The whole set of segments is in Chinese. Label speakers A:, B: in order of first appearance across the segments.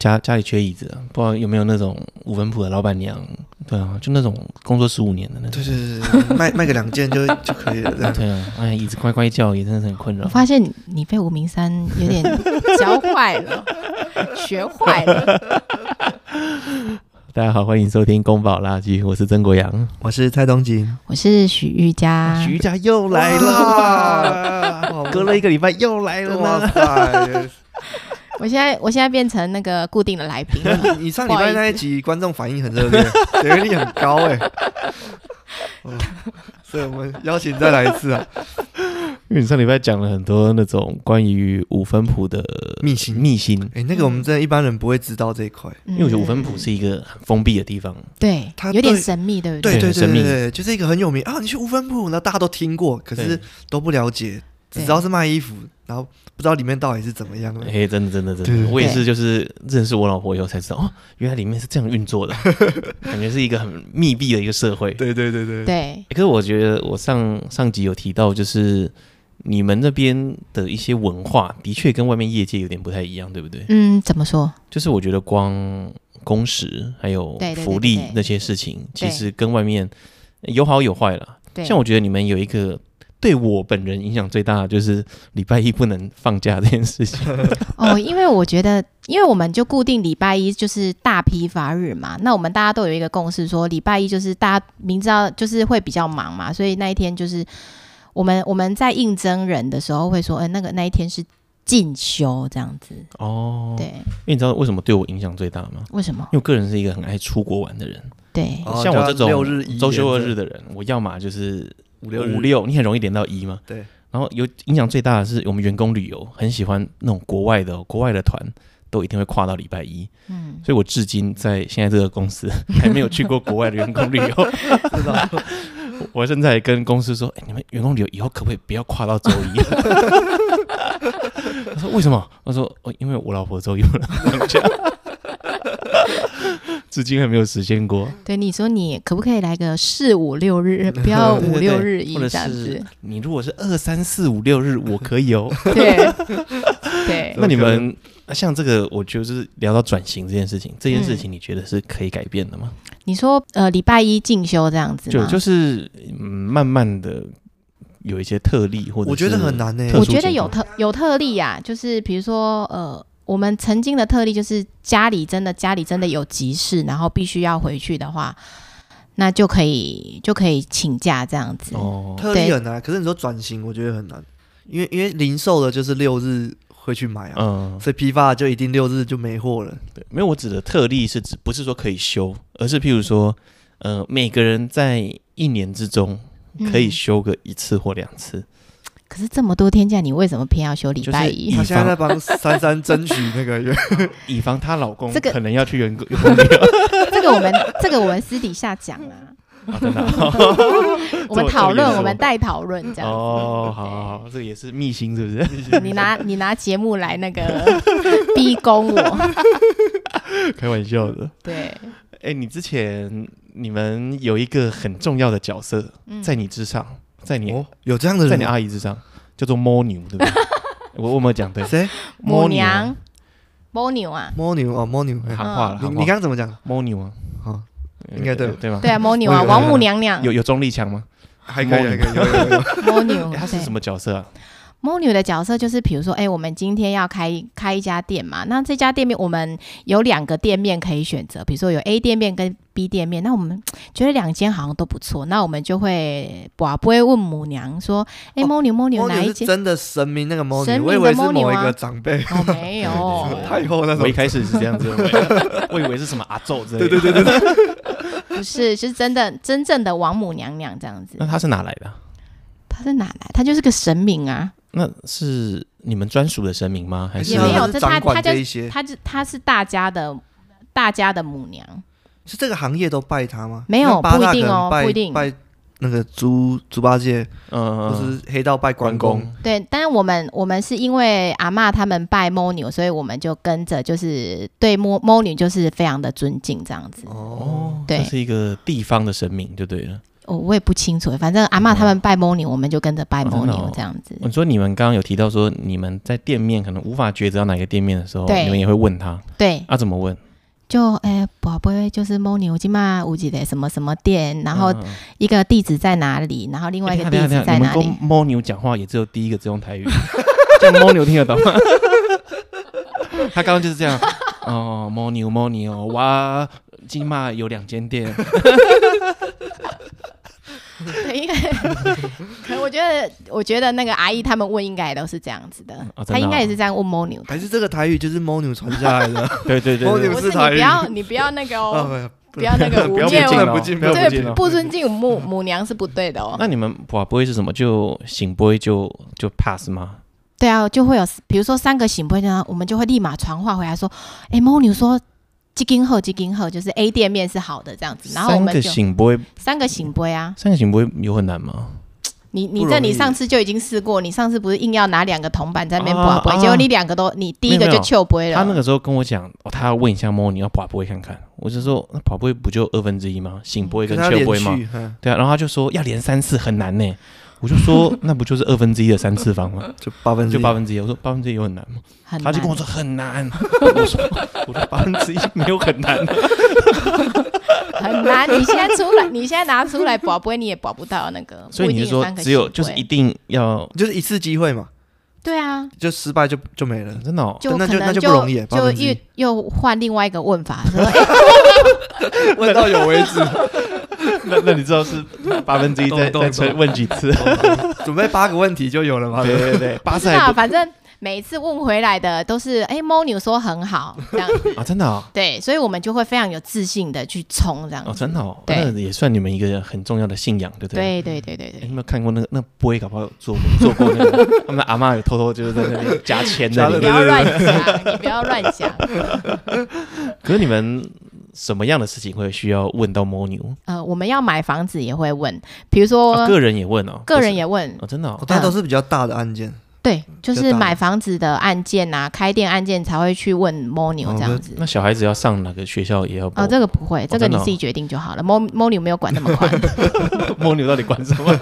A: 家家里缺椅子啊，不知道有没有那种五分铺的老板娘，对啊，就那种工作十五年的那种，
B: 对对对对对，卖卖个两件就就可以了。这样
A: 对啊，哎，椅子乖乖叫也真的是很困扰
C: 我。发现你你被无名山有点教坏了， 学坏了。
A: 大家好，欢迎收听宫保垃圾，我是曾国阳，
B: 我是蔡东吉，
C: 我是许玉佳，
A: 徐家又来了，
B: 了
A: 隔了一个礼拜又来了
B: 哇
A: 呢。
B: 塞！
C: 我现在我现在变成那个固定的来宾了。
B: 你上礼拜那一集观众反应很 热烈，点击率很高哎、嗯所以我们邀请再来一 次啊！
A: 因为你上礼拜讲了很多那种关于五分铺的
B: 密信
A: 秘辛，嗯
B: 哎、那个我们真的一般人不会知道这一块。
C: 因
A: 因为我觉得五分铺是一个很封闭的地方，
C: 嗯对
B: 他，
C: 有点
B: 对
C: 神秘，对不
B: 对
A: 对
B: 对对
A: 神
B: 对
A: 秘
B: 对，就是一个很有名啊，你去五分铺，然后大家都听过，可是
A: 对
B: 都不了解，只
C: 对
B: 知道是卖衣服，然后不知道里面到底是怎么样的。
A: 哎，真的真的
B: 对
A: 真
B: 对
A: 的，我也是就是认识我老婆以后才知道，哦，原来里面是这样运 作的，感觉是一个很密闭的一个社会。
B: 对对对对，
C: 对
A: 欸可是我觉得我上上集有提到，就是你们那边的一些文化，的确跟外面业界有点不太一样，对不对？
C: 嗯，怎么说？
A: 就是我觉得光工时还有
C: 对对对
A: 福
C: 对
A: 利
C: 对
A: 那些事情，
C: 对
A: 其实跟外面有好有坏啦。
C: 对，
A: 像我觉得你们有一个对我本人影响最大的，就是礼拜一不能放假这件事情。
C: 哦，因为我觉得，因为我们就固定礼拜一就是大批发日嘛，那我们大家都有一个共识说礼拜一就是大家明知道就是会比较忙嘛，所以那一天就是我们我们在应征人的时候会说，哎、那个那一天是进修这样子，
A: 哦，
C: 对，
A: 因为你知道为什么对我影响最大吗？
C: 为什么
A: 因？为我个人是一个很爱出国玩的人，
C: 对，
B: 哦
A: 像我这种
B: 就要六日一
A: 周休二
B: 连
A: 日
B: 着
A: 的人，我要么就是
B: 五六
A: 五
B: 日，
A: 六，你很容易连到一嘛。
B: 对。
A: 然后有影响最大的是我们员工旅游，很喜欢那种国外的哦国外的团，都一定会跨到礼拜一。
C: 嗯，
A: 所以我至今在现在这个公司 还没有去过国外的员工旅游。
B: 知道？
A: 我现在跟公司说，哎、你们员工旅游以后可不可以不要跨到周一？ 他说为什么？我说哦，因为我老婆周一不能放假， 至今还没有实现过。
C: 对，你说你可不可以来个四五六 日，不要
A: 对对
C: 哦五
A: 对
C: 六日一
A: 或者
C: 这样子
A: 是， 你如果是二三四五六日，我可以哦。
C: 对对
B: 怎
A: 那
B: 么
A: 你
B: 可
A: 们像这个，我就是聊到转型这件事情，这件
C: 嗯
A: 事情你觉得是可以改变的吗？
C: 你说呃礼拜一进修这样子
A: 就
C: 吗？
A: 就是嗯，慢慢的有一些特例，或者
B: 我觉得
A: 是
B: 很难欸呢、
A: 特
C: 我
A: 殊
C: 觉得
A: 情
C: 有
A: 况
C: 特有特例啊，就是比如说呃，我们曾经的特例就是家里真的家里真的有急事，然后必须要回去的话，那就可以就可以请假这样子。
A: 哦，
B: 特例
C: 对
B: 很难，可是你说转型，我觉得很难，因为因为零售的就是六日会去买啊，
A: 嗯，
B: 所以批发的就一定六日就没 货了。
A: 对，没有，我指的特例是指不是说可以休，而是譬如说，呃，每个人在一年之中可以
C: 嗯
A: 休个一次或两次，
C: 可是这么多天假，你为什么偏要休礼
A: 就是
C: 拜一？
A: 以
B: 他现在
A: 防
B: 在帮珊珊争取那个月，
A: 以防她老公
C: 这个
A: 可能要去员工员工 旅游
C: 这个我们这个我们私底下讲啊，
A: 啊，真的啊
C: 我
A: 这
C: 们
A: 么
C: 讨
A: 这么严
C: 论，
A: 肃
C: 我们代讨论这样子。
A: 哦，好好好，这个也是秘辛，是不是？
C: 你拿你拿节目来那个 逼宫我，
A: 开玩笑的。
C: 对，
A: 哎、你之前你们有一个很重要的角色
C: 嗯
A: 在你之上，在 你、
B: 哦，有这样的
A: 在你
B: 人啊？
A: 阿姨之上，叫做摸牛， 对不对？我我有没有讲对？
B: 谁？
C: 母
A: 摸牛啊
C: 娘，母牛啊，
B: 摸牛哦，摸牛。
C: 嗯
B: 哎
A: 行话了，
B: 你
A: 行
B: 你
A: 话
B: 刚刚怎么讲？
A: 摸牛啊，
B: 哦
A: 呃，
B: 应该对吧
A: 对吗？
C: 对啊，母牛啊，
B: 我有
C: 王母娘娘，
A: 有有钟丽强吗？
B: 还
A: 可以还可
B: 以，有 有有。
C: 母牛，
A: 哎他是
C: 哦对
A: 什么角色啊？
C: 猫女的角色就是，比如说，哎、我们今天要开开一家店嘛，那这家店面我们有两个店面可以选择，比如说有 A 店面跟 B 店面，那我们觉得两间好像都不错，那我们就会寡不会问母娘说，哎、
B: 哦
C: 猫女猫女
B: 摸
C: 哪
B: 牛
C: 一
B: 是
C: 间？
B: 真的神明那个摸
C: 神
B: 牛，
C: 明
B: 我以
C: 的
B: 为是
C: 摸牛
B: 某
C: 啊
B: 一个长辈
C: 哦，没有，
A: 对
B: 太后那
A: 我
B: 种
A: 一。开始是这样 子认为的，我以为是什么阿宙之类的。对对对。
C: 不是，是真的真正的王母娘娘这样子
A: 那。他是哪来的啊？
C: 她是哪来？她就是个神明啊，
A: 那是你们专属的神明吗？还是
C: 也没有
B: 他是
C: 这他
B: 掌管
C: 他就
B: 这一些，
C: 她就她是大家的大家的母娘。
B: 是这个行业都拜他吗？
C: 没有
B: 像八大
C: 不一定哦
B: 可能拜
C: 不一定
B: 拜那个猪猪八戒，
A: 嗯
B: 或是黑道拜关公，
C: 对，但是我们我们是因为阿嬷他们拜猫牛，所以我们就跟着就是对猫猫女就是非常的尊敬这样子。
B: 哦，
A: 哦，
C: 对
A: 这是一个地方的神明就对了。
C: 哦我我也不清楚，反正阿嬷他们拜蒙牛，我们就跟着拜
A: 哦
C: 蒙
A: 真的
C: 牛
A: 哦
C: 这样子。
A: 你说你们刚刚有提到说，你们在店面可能无法抉择要哪个店面的时候，
C: 对
A: 你们也会问他
C: 对，
A: 啊？怎么问？
C: 就哎宝贝，就是蒙牛今嘛五几的什么什么店，然后
A: 嗯嗯
C: 一个地址在哪里，然后另外一个
A: 哎
C: 地
A: 等下
C: 址
A: 等下
C: 在
A: 你们
C: 哪
A: 跟
C: 里。
A: 猫牛讲话也只有第一个只用台语， 这样猫牛听得懂吗？ 他刚刚就是这样哦，猫牛猫牛，哇，金马有两间店，
C: 对，应该， 可能我觉得我觉得那个阿姨他们问应该也都是这样子的，
A: 哦真的
C: 她应该
A: 哦
C: 也是这样问蒙牛的。
B: 还是这个台语就是猫牛传下来 的，
A: 对对对
B: 猫
A: 对
B: 牛
C: 不是
B: 是
C: 你
B: 台
C: 不
B: 语。
C: 要你不要那个哦，
B: 啊，
C: 不要那个
A: 不
C: 无
A: 要不
C: 间
A: 敬
C: 哦
A: 哦
B: 不敬
A: 不要
B: 不
A: 敬哦
C: 对，不尊敬母母娘是不对的哦。
A: 那你们哇不会是什么就醒不会就就 pass 吗？
C: 对啊，就会有，比如说三个醒不会这样，我们就会立马传话回来说，哎、猫牛说。基金后，基金后就是 A 店面是好的这样子，然后我
A: 三
C: 们
A: 个
C: 就
A: 醒不会，
C: 三个醒杯啊，
A: 三个醒不会有很难吗？
C: 你你
B: 不
C: 这
B: 容
C: 你
B: 易
C: 上次就已经试过，你上次不是硬要拿两个铜板在那边
A: 啊
C: 拔杯，
A: 啊
C: 结果你两个都你第一
A: 没有
C: 个就糗杯了。
A: 他那个时候跟我讲，哦，他要问一下猫牛要跑不会看看，我就说那跑不会不就二分之一吗？醒不会跟
B: 跟他
A: 秋
B: 连
A: 不会吗？
B: 续，嗯
A: 对啊，然后他就说要连三次很难呢，我就说那不就是二分之一的三次方 吗？
B: 就八分之
A: 就
B: 一
A: 八分之一，我说八分之一有很难吗？
C: 很
A: 他就跟我
C: 难
A: 说很难，我说我说八分之一没有很 难，
C: 很 难，你现在出来，你现在拿出来拔杯，你也拔不到那个。
A: 所以你
C: 不
A: 是
C: 一定有
A: 说
C: 三个
A: 只有
C: 醒
A: 就是
C: 杯
A: 一定要
B: 就是一次机会嘛，
C: 对啊，
B: 就失败就就没 了。
A: 真的哦，
C: 就
B: 那
C: 可
B: 就
C: 能
B: 那就
C: 就
B: 不容易
C: 就
B: 1/8
C: 又又换另外一个问法， 说哎、
B: 问到有为止，
A: 那那你知道是八分之一
B: 懂
A: 再
B: 懂
A: 再吹
B: 懂
A: 问几次？
B: 准备八个问题就有了嘛。
A: 对对 对，巴
C: 不
A: 士
C: 知
A: 还
C: 道，
A: 不
C: 反正每一次问回来的都是，哎、猫牛说很好，这样
A: 啊，真的哦，
C: 对，所以我们就会非常有自信的去冲这样
A: 哦
C: 子。
A: 真的哦，
C: 对
A: 那也算你们一个很重要的信仰，对不对？
C: 对对对对
A: 哎诶。你
C: 对，
A: 有没有看过那个那不会搞不好有做做过那个，他们的阿嬷有偷偷就是在那边加钱在
B: 加
A: 里
B: 了
A: 面
C: 你不。要乱想，你不要乱想。
A: 可是你们什么样的事情会需要问到摸牛？
C: 呃，我们要买房子也会问，比如说、
A: 啊个人也问哦，
C: 个人
A: 也
C: 也问，
A: 哦，真的
B: 哦
A: 哦，
B: 但都是比较大的案件，
C: 对，就
B: 比较
C: 是
B: 大
C: 买房子的案件啊，开店案件才会去问猫牛
B: 哦
C: 这样子。
A: 那小孩子要上哪个学校也要
C: 哦，
A: 摸
C: 这个不会，这个
A: 真
C: 你
A: 的哦
C: 自己决定就好了。猫猫牛没有管那么 宽，
A: 摸牛到底管什 么？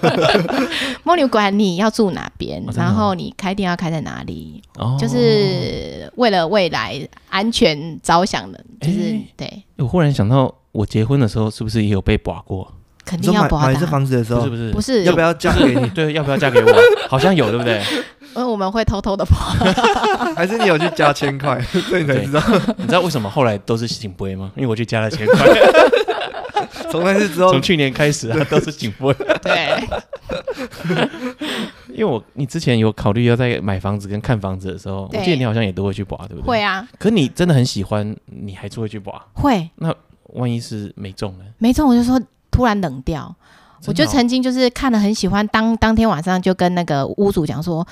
C: 猫牛管你要住哪边
A: 哦，真的哦
C: 然后你开店要开在哪里，
A: 哦
C: 就是为了未来安全着想的，就是、
A: 诶
C: 对，
A: 我忽然想到，我结婚的时候是不是也有被刮过？
C: 肯
B: 你
C: 定
B: 说
C: 要
B: 买
C: 不好
B: 买这
C: 打。
B: 房子的时
A: 不是
B: 候
A: 不，是
C: 不，是，
B: 要不要嫁给你？
A: 哎对，要不要嫁给我？好像有，对不对？
C: 呃，我们会偷偷的跑。
B: 还是你有去加千块， 所以你才知道，
A: 你知道为什么后来都是醒杯吗？因为我去加了钱块，
B: 从那次之后
A: 从，去年开始啊，都是醒杯。
C: 对，
A: 因为我你之前有考虑要在买房子跟看房子的时候，我
C: 对
A: 记得你好像也都会去刮，对不对？
C: 会。啊，
A: 可你真的很喜欢，你还是会去刮。
C: 会
A: 万一是没中呢？
C: 没中我就说突然冷掉。我
A: 真的
C: 就
A: 哦
C: 曾经就是看了很喜欢，当当天晚上就跟那个屋主讲说，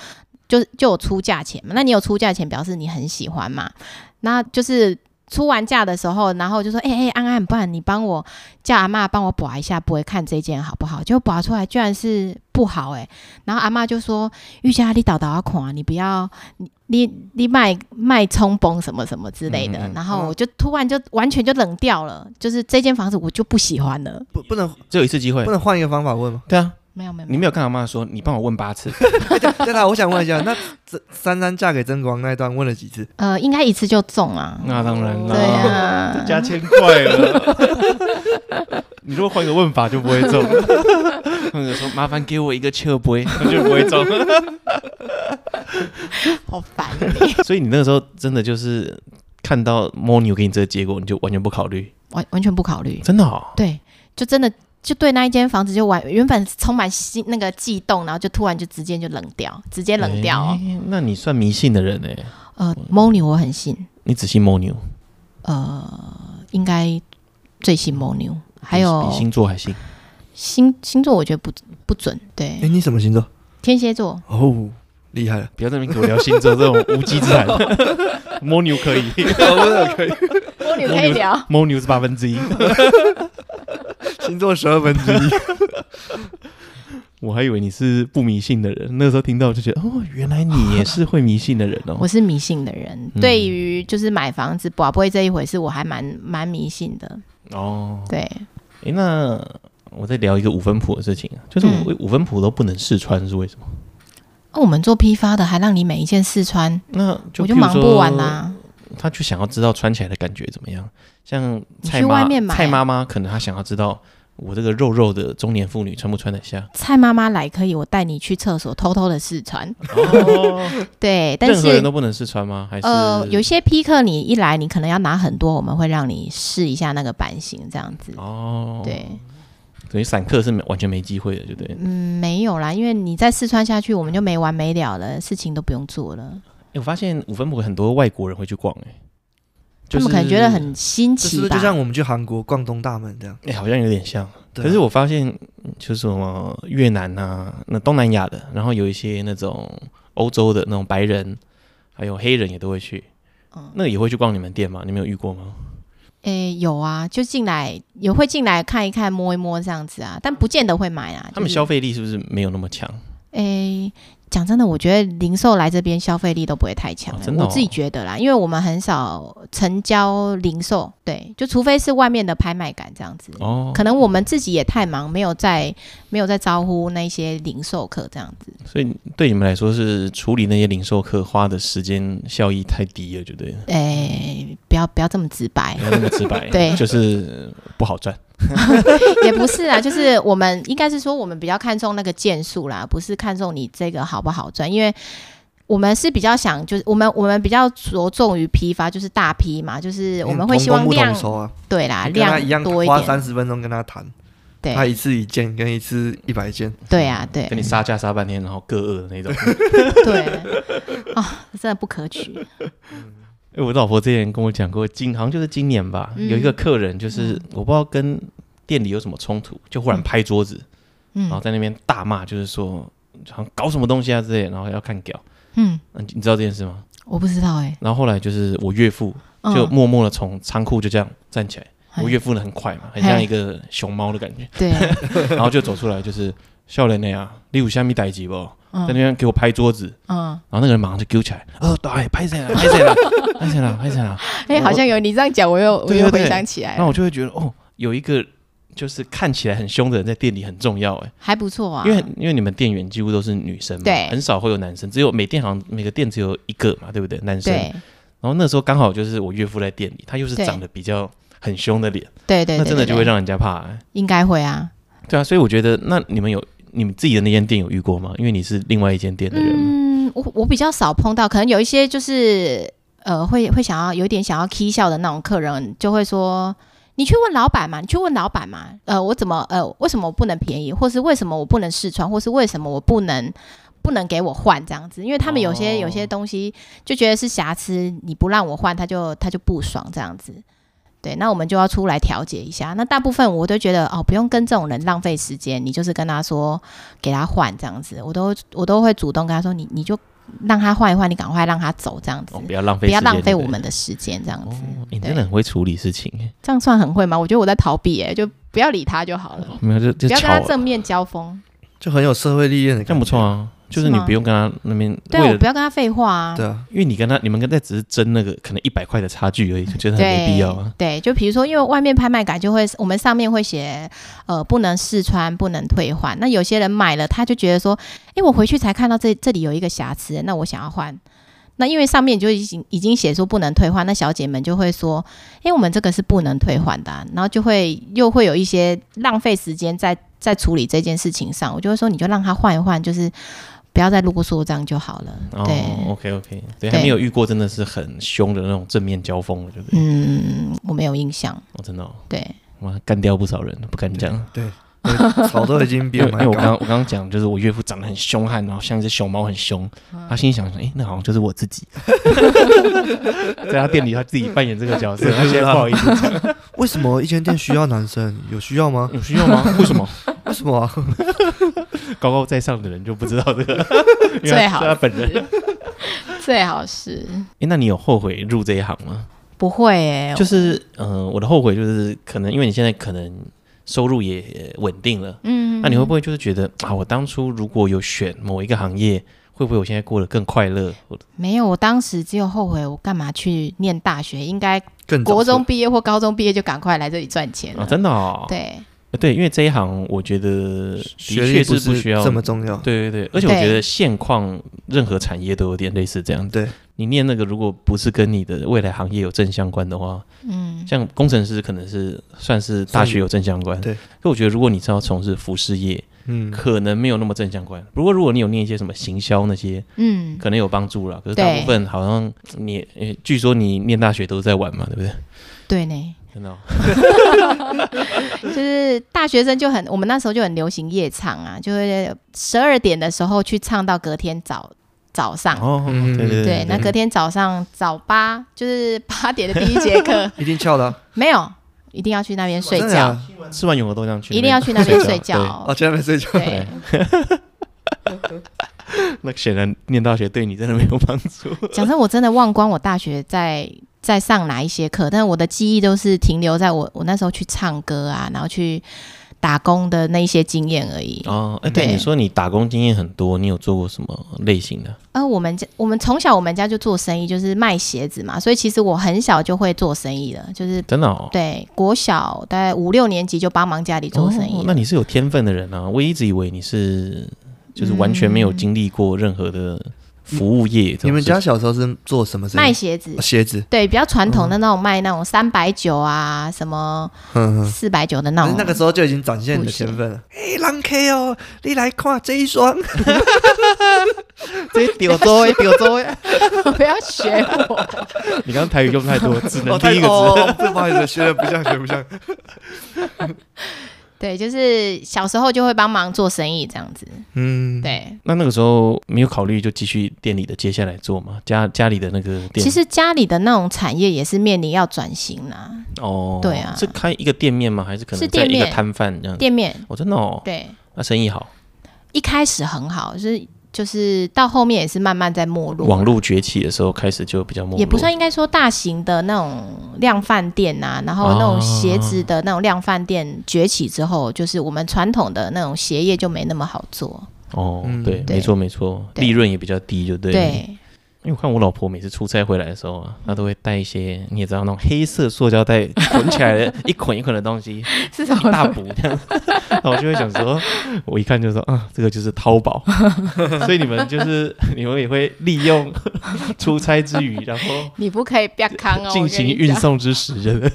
C: 就就有出价钱嘛，那你有出价钱表示你很喜欢嘛，那就是。出完价的时候，然后就说：“哎、欸、哎、安安，不然你帮我叫阿嬷帮我拔一下，不会看这件好不好？”结果拔出来居然是不好哎、然后阿嬷就说：“玉佳，你倒倒要看，你不要你你你卖卖冲崩什么什么之类的。
A: 嗯嗯嗯
C: 然后我就突然就完全就冷掉了，就是这间房子我就不喜欢了。
B: 不不能
A: 只有一次机会
B: 不。能换一个方法问吗？
A: 对啊，
C: 没有没有，
A: 你没有跟阿妈说，你帮我问八次，
B: 对啦，我想问一下，那这珊珊嫁给曾光那一段问了几次？
C: 呃，应该一次就中啊。
A: 那当然
C: 对
A: 啦，
C: 啊，
A: 加千块了。你如果换个问法就不会中，或者说麻烦给我一个切杯，那就不会中。
C: 好烦你，
A: 所以你那个时候真的就是看到 m o n 给你这个结果，你就完全不考虑，
C: 完完全不考虑。
A: 真的、哦？
C: 对，就真的就对那一间房子就完，原本充满心那个悸动，然后就突然就直接就冷掉，直接冷掉、哦。
A: 哎那你算迷信的人哎、
C: 呃，猫牛我很信，呃
A: 你只信 m o n
C: 应该最信猫牛，还有
A: 比星座还信。
C: 星星座我觉得不不准，对，
B: 哎，你什么星座？
C: 天蝎座。
B: 哦，厉害了，
A: 不要在那边给我聊星座这种无稽之 谈。m o n 可以
B: 可以，
C: 猫女可以聊
A: m o n 是八分之一，
B: 星座十二分之 一。
A: 我还以为你是不迷信的人，那时候听到就觉得哦，原来你也是会迷信的人哦
C: 我。是迷信的人，
A: 嗯
C: 对于就是买房子、宝贝这一回事，我还蛮蛮迷信的。
A: 哦，
C: 对，
A: 诶，那我在聊一个五分谱的事情啊，就是我、
C: 嗯
A: 五分谱都不能试穿是为什么？
C: 那啊我们做批发的，还让你每一件试穿，
A: 那就譬
C: 我就
A: 如
C: 忙不完啊
A: 说
C: 啦、
A: 他就想要知道穿起来的感觉怎么样。像
C: 你
A: 蔡
C: 去
A: 妈
C: 外面买啊
A: 蔡妈妈可能她想要知道我这个肉肉的中年妇女穿不穿得下。
C: 蔡妈妈来可以，我带你去厕所偷偷的 试穿。
A: 哦，
C: 对，但
A: 任何人
C: 是
A: 都不能试穿吗？还是
C: 呃，有些批客你一来，你可能要拿很多，我们会让你试一下那个版型，这样子。
A: 哦，，
C: 对，
A: 等于散客是没完全没机会的，对不对？
C: 嗯，没有啦，因为你再试穿下去，我们就没完没了了，事情都不用做了。
A: 哎、我发现五分埔很多外国人会去逛、哎，就
C: 他
A: 是
C: 们可能觉得很新
B: 这是不是
C: 奇吧？
B: 就像我们去韩国逛东大门这样？
A: 哎、好像有点像。
B: 对啊
A: 可是我发现，嗯就是什么越南啊，那东南亚的，然后有一些那种欧洲的那种白人，还有黑人也都会去。
C: 嗯
A: 那也会去逛你们店吗？你们有遇过吗？
C: 诶、有啊，就进来也会进来看一看、摸一摸这样子啊，但不见得会买啊。
A: 他们
C: 就是
A: 消费力是不是没有那么强？
C: 诶，讲真的，我觉得零售来这边消费力都不会太强、
A: 哦
C: 欸
A: 真的哦
C: 我自己觉得啦，因为我们很少成交零售，对，就除非是外面的拍卖感这样子。
A: 哦，
C: 可能我们自己也太忙，没有在没有在招呼那些零售客这样子。
A: 所以对你们来说是处理那些零售客花的时间效益太低了，就对了，
C: 诶，不要不要这么 直白
A: 没，有那么直白，
C: 对
A: 就是不好赚。
C: 也不是啊，就是我们应该是说我们比较看重那个件数啦，不是看重你这个好不好赚，因为。我们是比较想，就是我们我们比较着重于批发，就是大批嘛，就是
A: 嗯
C: 我们会希望
B: 同工不
C: 量
B: 同酬啊，
C: 对啦，
B: 你跟他
C: 量
B: 一样
C: 多一
B: 花三
C: 点，
B: 十分钟跟他谈，他
C: 对
B: 一次一件跟一次一百件，
C: 对啊，对嗯
A: 跟你杀价杀半天，然后各二的那种。
C: 对，啊，真的不可取。
A: 因哎为我老婆之前跟我讲过，今好像就是今年吧，
C: 嗯
A: 有一个客人就是我不知道跟店里有什么冲突，就忽然拍桌子，
C: 嗯
A: 然后在那边大骂，就是说好像搞什么东西啊之类的，然后要看屌。
C: 嗯，
A: 嗯你知道这件事吗？
C: 我不知道哎、
A: 然后后来就是我岳父
C: 嗯哎
A: 就默默的从仓库就这样站起来，
C: 嘿
A: 我岳父呢很快嘛，很
C: 嘿
A: 像一个熊猫的感觉，
C: 对，哎
A: 然后就走出来就是笑脸那样，你有虾米代志不？在那
C: 嗯
A: 边给我拍桌子，
C: 嗯，
A: 然后那个人马上就揪起来，哦，对，拍 谁了？拍谁了？拍谁啊了？拍谁了？
C: 哎、好像有你这样讲，我又我
A: 对
C: 又
A: 对对
C: 回想起来
A: 那
C: 了，
A: 我就会觉得，哦，有一个就是看起来很凶的人在店里很重要，哎，
C: 还不错啊，
A: 因为因为你们店员几乎都是女生嘛，
C: 对
A: 很少会有男生，只有每店好像每个店只有一个嘛，对不对？男生。
C: 对
A: 然后那时候刚好就是我岳父在店里，他又是
C: 对
A: 长得比较很凶的脸，
C: 对对，
A: 那
C: 对
A: 真的
C: 对
A: 就
C: 对
A: 会让人家怕、哎
C: 应该会啊。
A: 对啊，所以我觉得，那你们有你们自己的那间店有遇过吗？因为你是另外一间店的人嘛。
C: 嗯，我我比较少碰到，可能有一些就是呃，会会想要有点想要 k 笑的那种客人，就会说。你去问老板嘛，你去问老板嘛。呃，我怎么呃，为什么我不能便宜，或是为什么我不能试穿，或是为什么我不能不能给我换这样子？因为他们有些、
A: 哦
C: 有些东西就觉得是瑕疵，你不让我换，他就他就不爽这样子。对，那我们就要出来调解一下。那大部分我都觉得哦，不用跟这种人浪费时间，你就是跟他说给他换这样子，我都我都会主动跟他说，你你就让他换一换，你赶快让他走这样子，
A: 哦，不要浪费
C: 不
A: 时间，
C: 要浪费
A: 对不
C: 我
A: 对
C: 们的时间这样
A: 哦
C: 子。，
A: 你
C: 对
A: 真的很会处理事情哎耶，
C: 这样算很会吗？我觉得我在逃避、欸，就不要理他就好了，
A: 没有就哦就
C: 不要跟
A: 巧啊
C: 他
A: 了，
C: 正面交锋。
B: 就很有社会历练的感觉，
A: 这样不错啊。就是你
C: 是吗
A: 不用跟他那边
C: 对啊，
A: 为
C: 我
A: 了
C: 不，要跟他废话啊。
B: 对啊，
A: 因为你跟他你们跟他只是争那个可能一百块的差距而 已，就觉得很没必要啊。
C: 对，就比如说，因为外面拍卖感就会，我们上面会写，呃，不能试穿，不能退换。那有些人买了，他就觉得说，诶，我回去才看到这这里有一个瑕疵，那我想要换。那因为上面就已经已经写说不能退换，那小姐们就会说，诶，我们这个是不能退换的啊、然后就会又会有一些浪费时间在在处理这件事情上。我就会说，你就让他换一换，就是不要再啰嗦这样就好了。对
A: 哦，OK OK，对，
C: 对
A: 还没有遇过真的是很凶的那种正面交锋了，对不对？
C: 嗯，我没有印象，
A: 我真的哦，
C: 对。
A: 哇，干掉不少人，不敢讲。
B: 对，对草都已经比
A: 因
B: 哎
A: 为因
B: 我
A: 为
B: 们
A: 我
B: 还
A: 刚
B: 高，
A: 我刚刚讲，就是我岳父长得很凶悍，然后像一只熊猫，很凶。
C: 嗯
A: 他心里想说：“哎、那好像就是我自己， 在他店里他自己扮演这个角 色。”他现在不好意思 讲，
B: 为什么一间店需要男生？有需要吗？
A: 有需要吗？为什么
B: 为什么啊？
A: 高高在上的人就不知道这 个？因为他
C: 最好
A: 是他本人。哎、
C: 最好是
A: 那你有后悔入这一行吗？
C: 不会哎、
A: 就是，呃，我的后悔就是可能因为你现在可能收入也稳定了，
C: 嗯，
A: 那你会不会就是觉得啊，我当初如果有选某一个行业，会不会我现在过得更快乐？或者
C: 嗯没有？我当时只有后悔，我干嘛去念大学？应该
B: 更早
C: 国中
B: 说
C: 毕业或高中毕业就赶快来这里赚钱了。
A: 啊，真的哦。
C: 对，
A: 呃对，因为这一行我觉得的
B: 学历
A: 确
B: 不
A: 不需要
B: 这么重要。
A: 对对对，而且我觉
C: 对
A: 得现况任何产业都有点类似这样子。
B: 对，
A: 你念那个如果不是跟你的未来行业有正相关的话，
C: 嗯，
A: 像工程师可能是算是大学有正相关。
B: 对，
A: 可我觉得如果你是要从事服饰业，
B: 嗯，
A: 可能没有那么正相关。不过如果你有念一些什么行销那些，
C: 嗯，
A: 可能有帮助了。可是大部分好像你，呃据说你念大学都是在玩嘛，对不对？
C: 对呢，
A: 真的哦、
C: 就是大学生就很，我们那时候就很流行夜唱啊，就是十二点的时候去唱到隔天早早上。
A: 哦，
B: 嗯
A: 对对
C: 啊对，那隔天早上早八就是八点的第一节课，
B: 一定翘的啊，
C: 没有，一定要去那边睡
B: 真的
C: 觉，
B: 啊
A: 吃完永和豆浆去，
C: 一定要去那边睡
A: 觉。啊对
C: 觉。
B: 哦，竟然没睡觉。
C: 对，
A: 那显然念大学对你真的没有帮助。
C: 讲真，我真的忘光我大学在在上哪一些课，但我的记忆都是停留在我我那时候去唱歌啊，然后去打工的那一些经验而已。
A: 哦，哎，对，
C: 对
A: 你说你打工经验很多，你有做过什么类型的？
C: 呃，我们家我们从小我们家就做生意，就是卖鞋子嘛，所以其实我很小就会做生意了，就是
A: 真的哦，
C: 对国小大概五六年级就帮忙家里做生意了、
A: 哦那你是有天分的人啊！我一直以为你是就是完全没
C: 嗯
A: 有经历过任何的服务业这种事情。
B: 你们家小时候是做什么生
C: 卖
B: 意？
C: 鞋子
B: 哦。鞋子，
C: 对，比较传统
A: 嗯
C: 的那种卖那种三百九啊，什么
B: 嗯嗯。
C: 四百九的那
B: 可是
C: 种，
B: 那个时候就已经展现你的天分了。哎，狼 K 哦，你来看这一双，
A: 这丢周丢周，
C: 不要学我。
A: 你刚刚台语用太多，只能
B: 哦，
A: 第
B: 太
A: 一个
B: 哦
A: 字。
B: 哦不好意思，学的不像，学得不像。
C: 对，就是小时候就会帮忙做生意这样子。
B: 嗯，
C: 对，
A: 那那个时候没有考虑就继续店里的接下来做嘛？家家里的那个店，
C: 其实家里的那种产业也是面临要转型啦、
A: 哦，
C: 对啊
A: 是开一个店面吗？还是可
C: 是
A: 能在
C: 店
A: 一个
C: 面
A: 摊贩这样？
C: 店面
A: 哦，真的哦，
C: 对，
A: 那生意好，
C: 一开始很好，就是就是到后面也是慢慢在没落。
A: 网络崛起的时候开始就比较没落，
C: 也不算应该说大型的那种量贩店啊，然后那种鞋子
A: 啊
C: 的那种量贩店崛起之后，就是我们传统的那种鞋业就没那么好做。
A: 哦
B: 嗯，
A: 对，
C: 对
A: 没错没错，
C: 对
A: 利润也比较低，就对。
C: 对，，
A: 因为我看我老婆每次出差回来的时候啊，她都会带一些你也知道那种黑色塑胶袋 捆起来的一捆一捆的东西，
C: 是什
A: 一大补这样， 然后我就会想说，我一看就说啊，这个就是淘 宝，所以你们就是你们也会利 用出差之余，然后
C: 你不可以不要扛哦，
A: 进行
C: 我跟你
A: 运
C: 讲。
A: 送之时，真的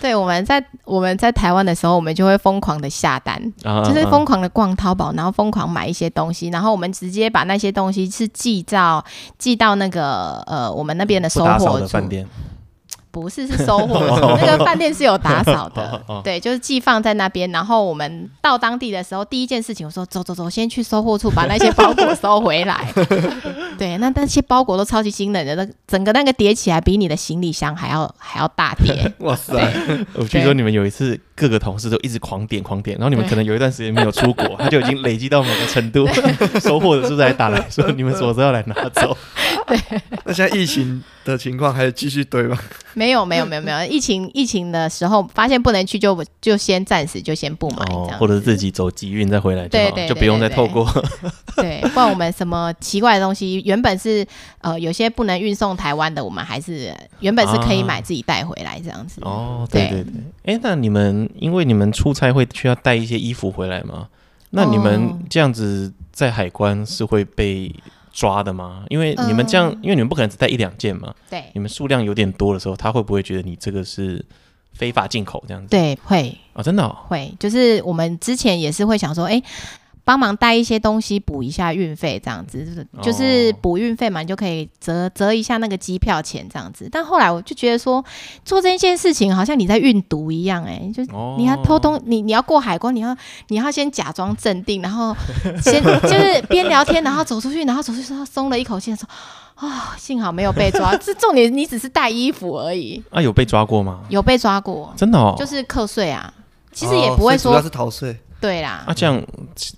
C: 对，我们在我们在台湾的时候，我们就会疯狂的下单，
A: 啊
C: 就是
A: 啊
C: 疯狂的逛淘宝，然后疯狂买一些东西，然后我们直接把那些东西是寄到寄到那个呃我们那边的
A: 不
C: 收
A: 打扫
C: 货
A: 的
C: 处
A: 饭，店，
C: 不是是收货 处，那个饭店是有打扫
A: 哦
C: 的，对，就是寄放在那边，然后我们到当地的时候，第一件事情我说走走走，先去收货处把那些包裹收回 来，对，那那些包裹都超级惊人的，那整个那个叠起来比你的行李箱还要还要大叠，
B: 哇塞，
A: 我据
C: 对
A: 说你们有一次各个同事都一直狂点狂点，然后你们
C: 对
A: 可能有一段时间没有出国，他就已经累积到某个程 度，收获的是不是还打来说你们什么时候要来拿 走？
B: 那现在疫情的情况还继续堆吗？
C: 没有没有没有没 有，疫情疫情的时候发现不能去就就先暂时就先不买这
A: 哦
C: 样，
A: 或者是自己走集运再回来就好，
C: 对对
A: 就
C: 对
A: 不用
C: 对
A: 再透过。
C: 对，不然我们什么奇怪的东西原本是呃有些不能运送台湾的，我们还是呃原本是可以买自己带回来这样子。
A: 哦，对
C: 嗯对
A: 对对。哎，那你们因为你们出差会需要带一些衣服回来吗？那你
C: 哦
A: 们这样子在海关是会被抓的吗？因为你们这
C: 呃
A: 样，因为你们不可能只带一两件嘛，
C: 对
A: 你们数量有点多的时候，他会不会觉得你这个是非法进口这样子？
C: 对，会
A: 啊，真的哦。
C: 会，就是我们之前也是会想说，哎、帮忙带一些东西补一下运费，这样子就是
A: 哦
C: 就是补运费嘛，你就可以折折一下那个机票钱这样子。但后来我就觉得说，做这件事情好像你在运毒一样、哎，就
A: 哦
C: 你要偷东，你你要过海关，你要你要先假装镇定，然后 先就是边聊天，然后走出去，然后走出去，他松了一口气，说：“啊、幸好没有被抓。”这重点，你只是带衣服而已，
A: 啊？有被抓过吗？
C: 有被抓过，
A: 真的哦，
C: 就是课税啊。其实
B: 哦
C: 也不会
B: 所以主要
C: 说
B: 是逃税，
C: 对啦，
A: 啊，这样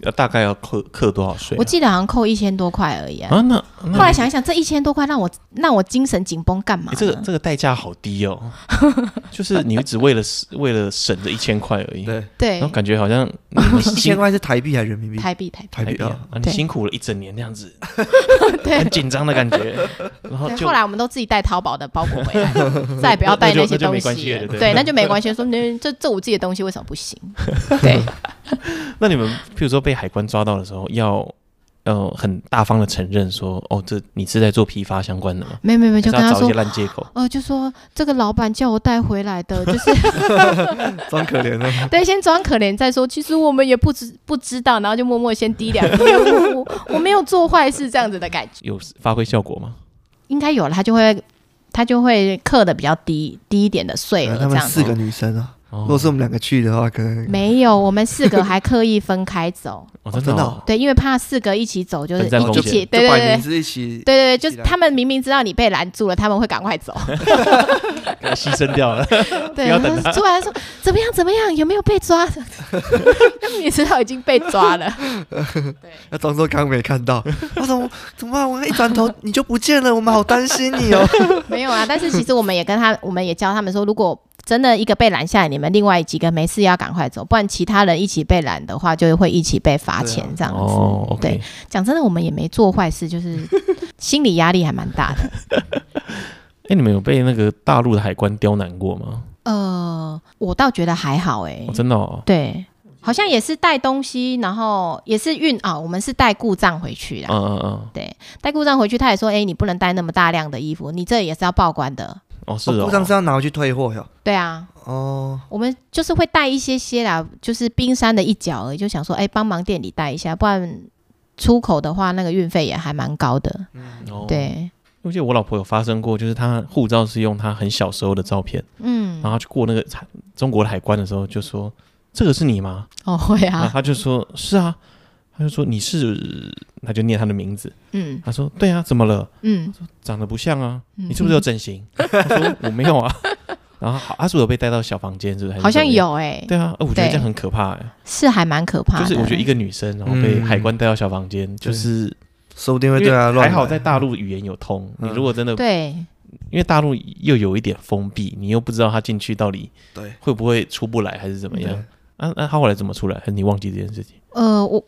A: 呃大概要扣扣多少税啊？
C: 我记得好像扣一千多块而已啊。
A: 啊，那
C: 后来想一想，这一千多块让我让我精神紧绷干嘛
A: 欸、
C: 呢？
A: 这个这个代价好低 哦，就是你只为了为了省这一千块而已，
B: 对，
A: 然后
C: 对
A: 感觉好像你们
B: 一千
A: 辛
B: 块是台币还是人民币？
C: 台币台币
B: 台币啊，
A: 啊，你
C: 对
A: 辛苦了一整年那样子，
C: 对
A: 很。紧张的感觉，然后
C: 对
A: 哦就
C: 后来我们都自己带淘宝的包裹 回来，再也不要带
A: 那就
C: 些
A: 那就
C: 东
A: 没关
C: 西
A: 系了
C: 了。
A: 对
C: 对，那就没关系。说那这这我自己的东西为什么不 行？对，
A: 那你们譬如说被海关抓到的时候，要呃很大方的承认说，哦，这你是在做批发相关的吗？
C: 没有没有没有，就
A: 还是
C: 跟
A: 要
C: 他
A: 找一
C: 说
A: 些，烂借口，
C: 呃，就说这个老板叫我带回来 的，就是
B: 装可怜的。
C: 对，先装可怜再说。其实我们也不知不知道，然后就默默先滴两 滴。我我我没有做坏事这样子的感觉，
A: 有发挥效果吗？
C: 应该有了，他就会他就会刻的比较低低一点的税额
B: 他
C: 这
B: 们
C: 样
B: 四
C: 子。
B: 个女生啊，
A: 哦
B: 如果是我们两个去的话，可能
C: 没有，我们四个还刻意分开走，
A: 哦，
B: 真
A: 真
B: 的
A: 的
B: 哦
A: 哦，
C: 对，因为怕四个一起走就是
A: 分散
C: 一
A: 风
C: 起
A: 险
C: 起，
B: 就
C: 对对
B: 摆明
C: 对。
B: 是一起。
C: 对对对，就
B: 一起
C: 是
B: 来
C: 他们明明知道你被拦住了，他们会赶 快走。
A: 给它牺牲掉 了，
C: 对，
A: 要
C: 然
A: 等
C: 后突然说怎么样怎么样，有没有被抓？ 他们也知道已经被抓 了。对，
B: 要装作刚刚没看 到。他怎么怎么办？我一转头你就不见了，我们好担心你哦。
C: 没有啊，但是其实我们也跟他，我们也教他们说，如果真的一个被拦下来，你们另外几个没事要赶快走，不然其他人一起被拦的话，就会一起被罚钱这样子。
A: 哦，OK，
C: 讲真的，我们也没做坏事，就是心理压力还蛮大的。
A: 哎，你们有被那个大陆的海关刁难过吗？
C: 呃，我倒觉得还好哎、
A: 哦，真的哦，
C: 对，好像也是带东西，然后也是运啊、我们是带故障回去的。
A: 嗯嗯嗯，
C: 对，啊带故障回去，他也说，哎、你不能带那么大量的衣服，你这也是要报关的。
A: 哦是
B: 哦
A: 哦
B: 故，障是要拿回去退货哟。
C: 对啊，
B: 哦，
C: 我们就是会带一些些啦，就是冰山的一角而已，就想说，哎、帮忙店里带一下，不然出口的话，那个运费也还蛮高的。
A: 哦，
C: 对，
A: 我记得我老婆有发生过，就是她护照是用她很小时候的照片，
C: 嗯
A: 然，后她去过那个海中国的海关的时候，就说这个是你吗？
C: 哦，会
A: 然后
C: 啊，
A: 她就说是啊，她就说你是，她就念她的名字，
C: 嗯
A: 她说对啊，怎么了？
C: 嗯，
A: 长得不像啊，
C: 你
A: 你是不是有整形？她说我没有啊。 然后好，她说有被带到小房间，是不是？还是
C: 好像
A: 怎么样。
C: 有哎、
A: 对啊，呃我觉得
C: 对啊
A: 这样很可怕、欸，
C: 是还蛮可怕
A: 就
C: 的。
A: 是我觉得一
C: 个
A: 个女生然后被
B: 嗯
A: 海关带到小房间，就是
B: 说不定会
A: 因
B: 对
A: 为
B: 啊乱来。
A: 还好在大陆语言有通，你
B: 嗯
A: 如果真的
C: 对
A: 因为大陆又有一点封闭，你又不知道他进去到底
B: 对
A: 会不会出不来，还是怎么样？啊那、他后来怎么出来？还是你忘记这件事情？
C: 呃我。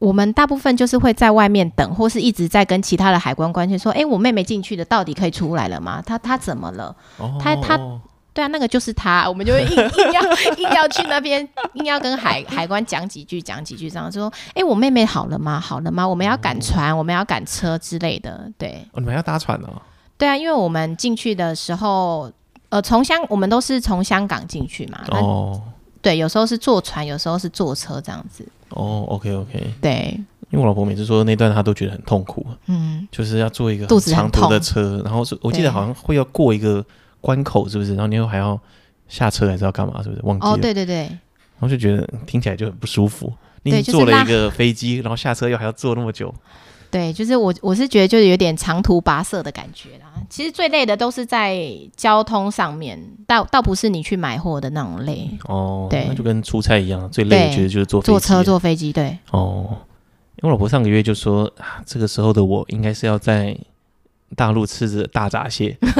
C: 我们大部分就是会在外面等，或是一直在跟其他的海关关切说：“哎、我妹妹进去的，到底可以出来了吗？她她怎么了？
A: 哦，
C: 他他
A: 哦
C: 对啊，那个就是他，我们就会硬硬要硬要去那边，硬要跟海海关讲几句，讲几句这样，就说，哎、我妹妹好了吗？好了吗？我们要
A: 嗯
C: 赶船，我们要赶车之类的。对
A: 你们要搭船哦，
C: 对啊，因为我们进去的时候，呃，从香我们都是从香港进去嘛，那、
A: 哦
C: 对，有时候是坐船，有时候是坐车这样子。
A: 哦，OK OK，
C: 对，
A: 因为我老婆每次说那段她都觉得很痛苦，
C: 嗯，
A: 就是要坐一个
C: 肚子
A: 长
C: 很
A: 途的
C: 痛
A: 车，然后是我记得
C: 对
A: 好像会要过一个关口，是不是？然后你又还要下车，还是要干嘛？是不是？忘记了，
C: 哦，对对对，
A: 然后就觉得听起来就很不舒服。你已
C: 对
A: 经
C: 就是
A: 坐了
C: 拉
A: 一个飞机，然后下车又还要坐那么久，
C: 对，就是我我是觉得就是有点长途跋涉的感觉啦。其实最累的都是在交通上面，倒倒不是你去买货的那种累，
A: 哦，
C: 对
A: 那就跟出差一样，最累的
C: 对
A: 觉得就是坐飞
C: 坐
A: 机啊
C: 车、坐飞 机，对，
A: 哦，因为我老婆上个月就说，啊、这个时候的我应该是要在大陆吃着大闸 蟹，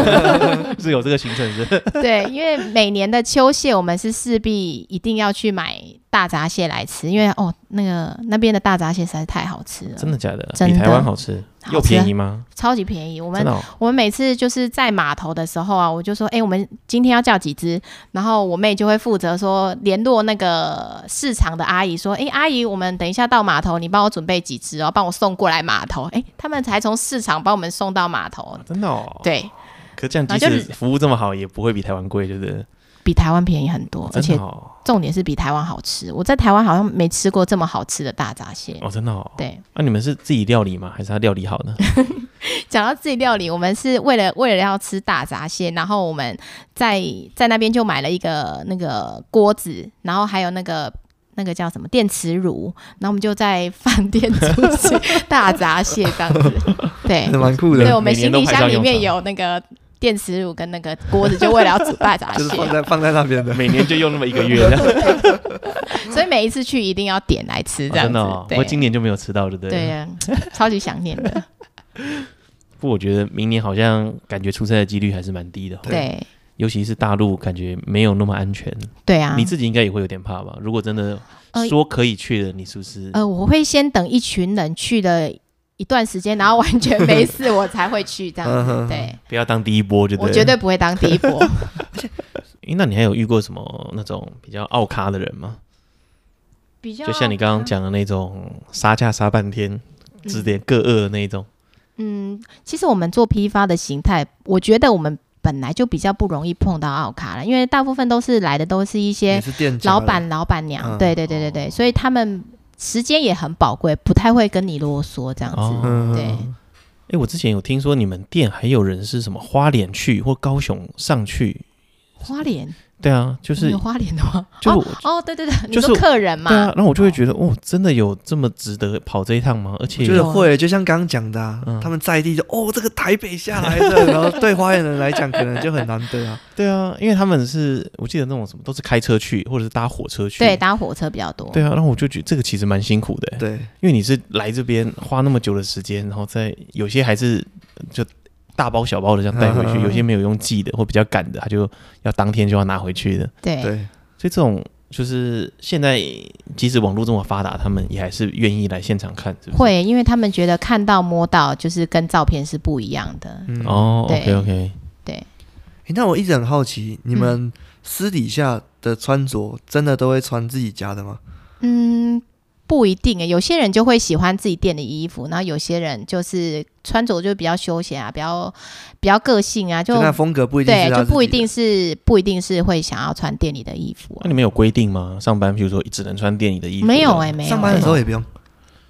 A: 是有这个行程是不是？
C: 对，因为每年的秋蟹，我们是势必一定要去买大闸蟹来吃，因为哦，那个那边的大闸蟹实在太好吃了，
A: 真的假的？
C: 真
A: 比
C: 的
A: 台湾好吃，
C: 好吃啊
A: 又便宜吗？
C: 超级便宜。我
A: 真的、
C: 们
A: 哦？
C: 我们每次就是在码头的时候啊，我就说，哎、我们今天要叫几只，然后我妹就会负责说联络那个市场的阿姨说，哎、阿姨，我们等一下到码头，你帮我准备几只哦，帮我送过来码头。哎、他们才从市场帮我们送到码头
A: 啊，真的哦。
C: 对
A: 可这样即
C: 然后就
A: 使服务这么好，也不会比台湾贵，对不对？
C: 比台湾便宜很多，
A: 真
C: 而且
A: 的哦，
C: 重点是比台湾好吃。我在台湾好像没吃过这么好吃的大闸蟹。
A: 哦，真的哦。
C: 对，
A: 那、你们是自己料理吗？还是他料理好 呢？
C: 讲到自己料理，我们是为了为了要吃大闸蟹，然后我们在在那边就买了一个那个锅子，然后还有那个那个叫什么电磁炉，然后我们就在饭店煮吃大闸蟹这样子。对
B: 真的蛮酷
A: 对
B: 的
C: 对，我们
A: 每年
C: 行
A: 都
C: 李
A: 派上
C: 箱里
A: 用
C: 面
A: 场
C: 有那个电磁炉跟那个锅子，就为了要煮大闸
B: 就是
C: 蟹。
B: 放在放在那边的。
A: 每年就用那么一个月这 样，哦
C: 所以每一次去一定要点来吃，这样
A: 真
C: 子。
A: 的、哦。不过今
C: 对，
A: 年就没有吃到，对不对？
C: 对啊呀，超级想念的。
A: 不过我觉得明年好像感觉出差的几率还是蛮低的、哦，
B: 对
C: 对，
A: 尤其是大陆，感觉没有那么安全。
C: 对啊
A: 你。自己应该也会有点怕吧？如果真的
C: 呃
A: 说可以去的，你是不是？
C: 呃，我会先等一群人去了一段时间，然后完全没事，我才会去这样
B: 嗯
C: 子。
B: 哼
C: 对，
A: 不要当第一波，就对
C: 我
A: 了。
C: 绝对不会当第一波。
A: 诶那你还有遇过什么那种比较傲咖的人吗？
C: 比较
A: 就像你刚刚，讲的那种杀价杀半天，指点各恶的那一种。
C: 嗯，其实我们做批发的形态，我觉得我们本来就比较不容易碰到奥卡了，因为大部分都是来的都是一些
B: 你是店家
C: 老
B: 啦，
C: 板、老板娘，
B: 嗯
C: 对对对对
A: 哦
C: 对，所以他们时间也很宝贵，不太会跟你啰嗦这样子。
A: 哦
B: 嗯，
C: 对，
A: 诶，我之前有听说你们店还有人是什么花莲去或高雄上去，
C: 花莲
A: 对啊，就
C: 就是有花莲的吗？
A: 就是
C: 哦
A: 我
C: 哦，对对对，你
A: 就是
C: 说客人嘛，
A: 对啊，然后我就会觉得哦，真的有这么值得跑这一趟吗？而且
B: 我觉得会，就像刚刚讲的啊
A: 嗯，
B: 他们在地就哦，这个台北下来 的，然后对花莲人来讲可能就很难得啊。
A: 对啊，因为他们是我记得那种什么都是开车去或者是搭火车去，
C: 对搭火车比较多。
A: 对啊，然后我就觉得这个其实蛮辛苦的，欸
B: 对，
A: 因为你是来这边花那么久的时间，然后再有些还是就大包小包的这样带回去，有些没有用寄的或比较赶的，他就要当天就要拿回去的。
C: 对
B: 对，
A: 所以这种就是现在即使网络这么发达，他们也还是愿意来现场看，是不是？
C: 会，因为他们觉得看到摸到就是跟照片是不一样的。
B: 嗯。
A: 哦，OK
C: 对
A: OK，
B: 诶那我一直很好奇，你
C: 嗯
B: 们私底下的穿着真的都会穿自己家的吗？
C: 嗯，不一定耶，有些人就会喜欢自己店的衣服，然后有些人就是穿着就比较休闲啊，比较比较个性啊，就
B: 就那风格不一定
C: 对
B: 是，他
C: 就
B: 自己
C: 不一
B: 的
C: 定是不一定是会想要穿店里的衣服啊、
A: 那你们有规定吗？上班比如说只能穿店里的衣服？
C: 没有
A: 这
C: 哎、
A: 样
C: 没有、
B: 上班的时候也不用，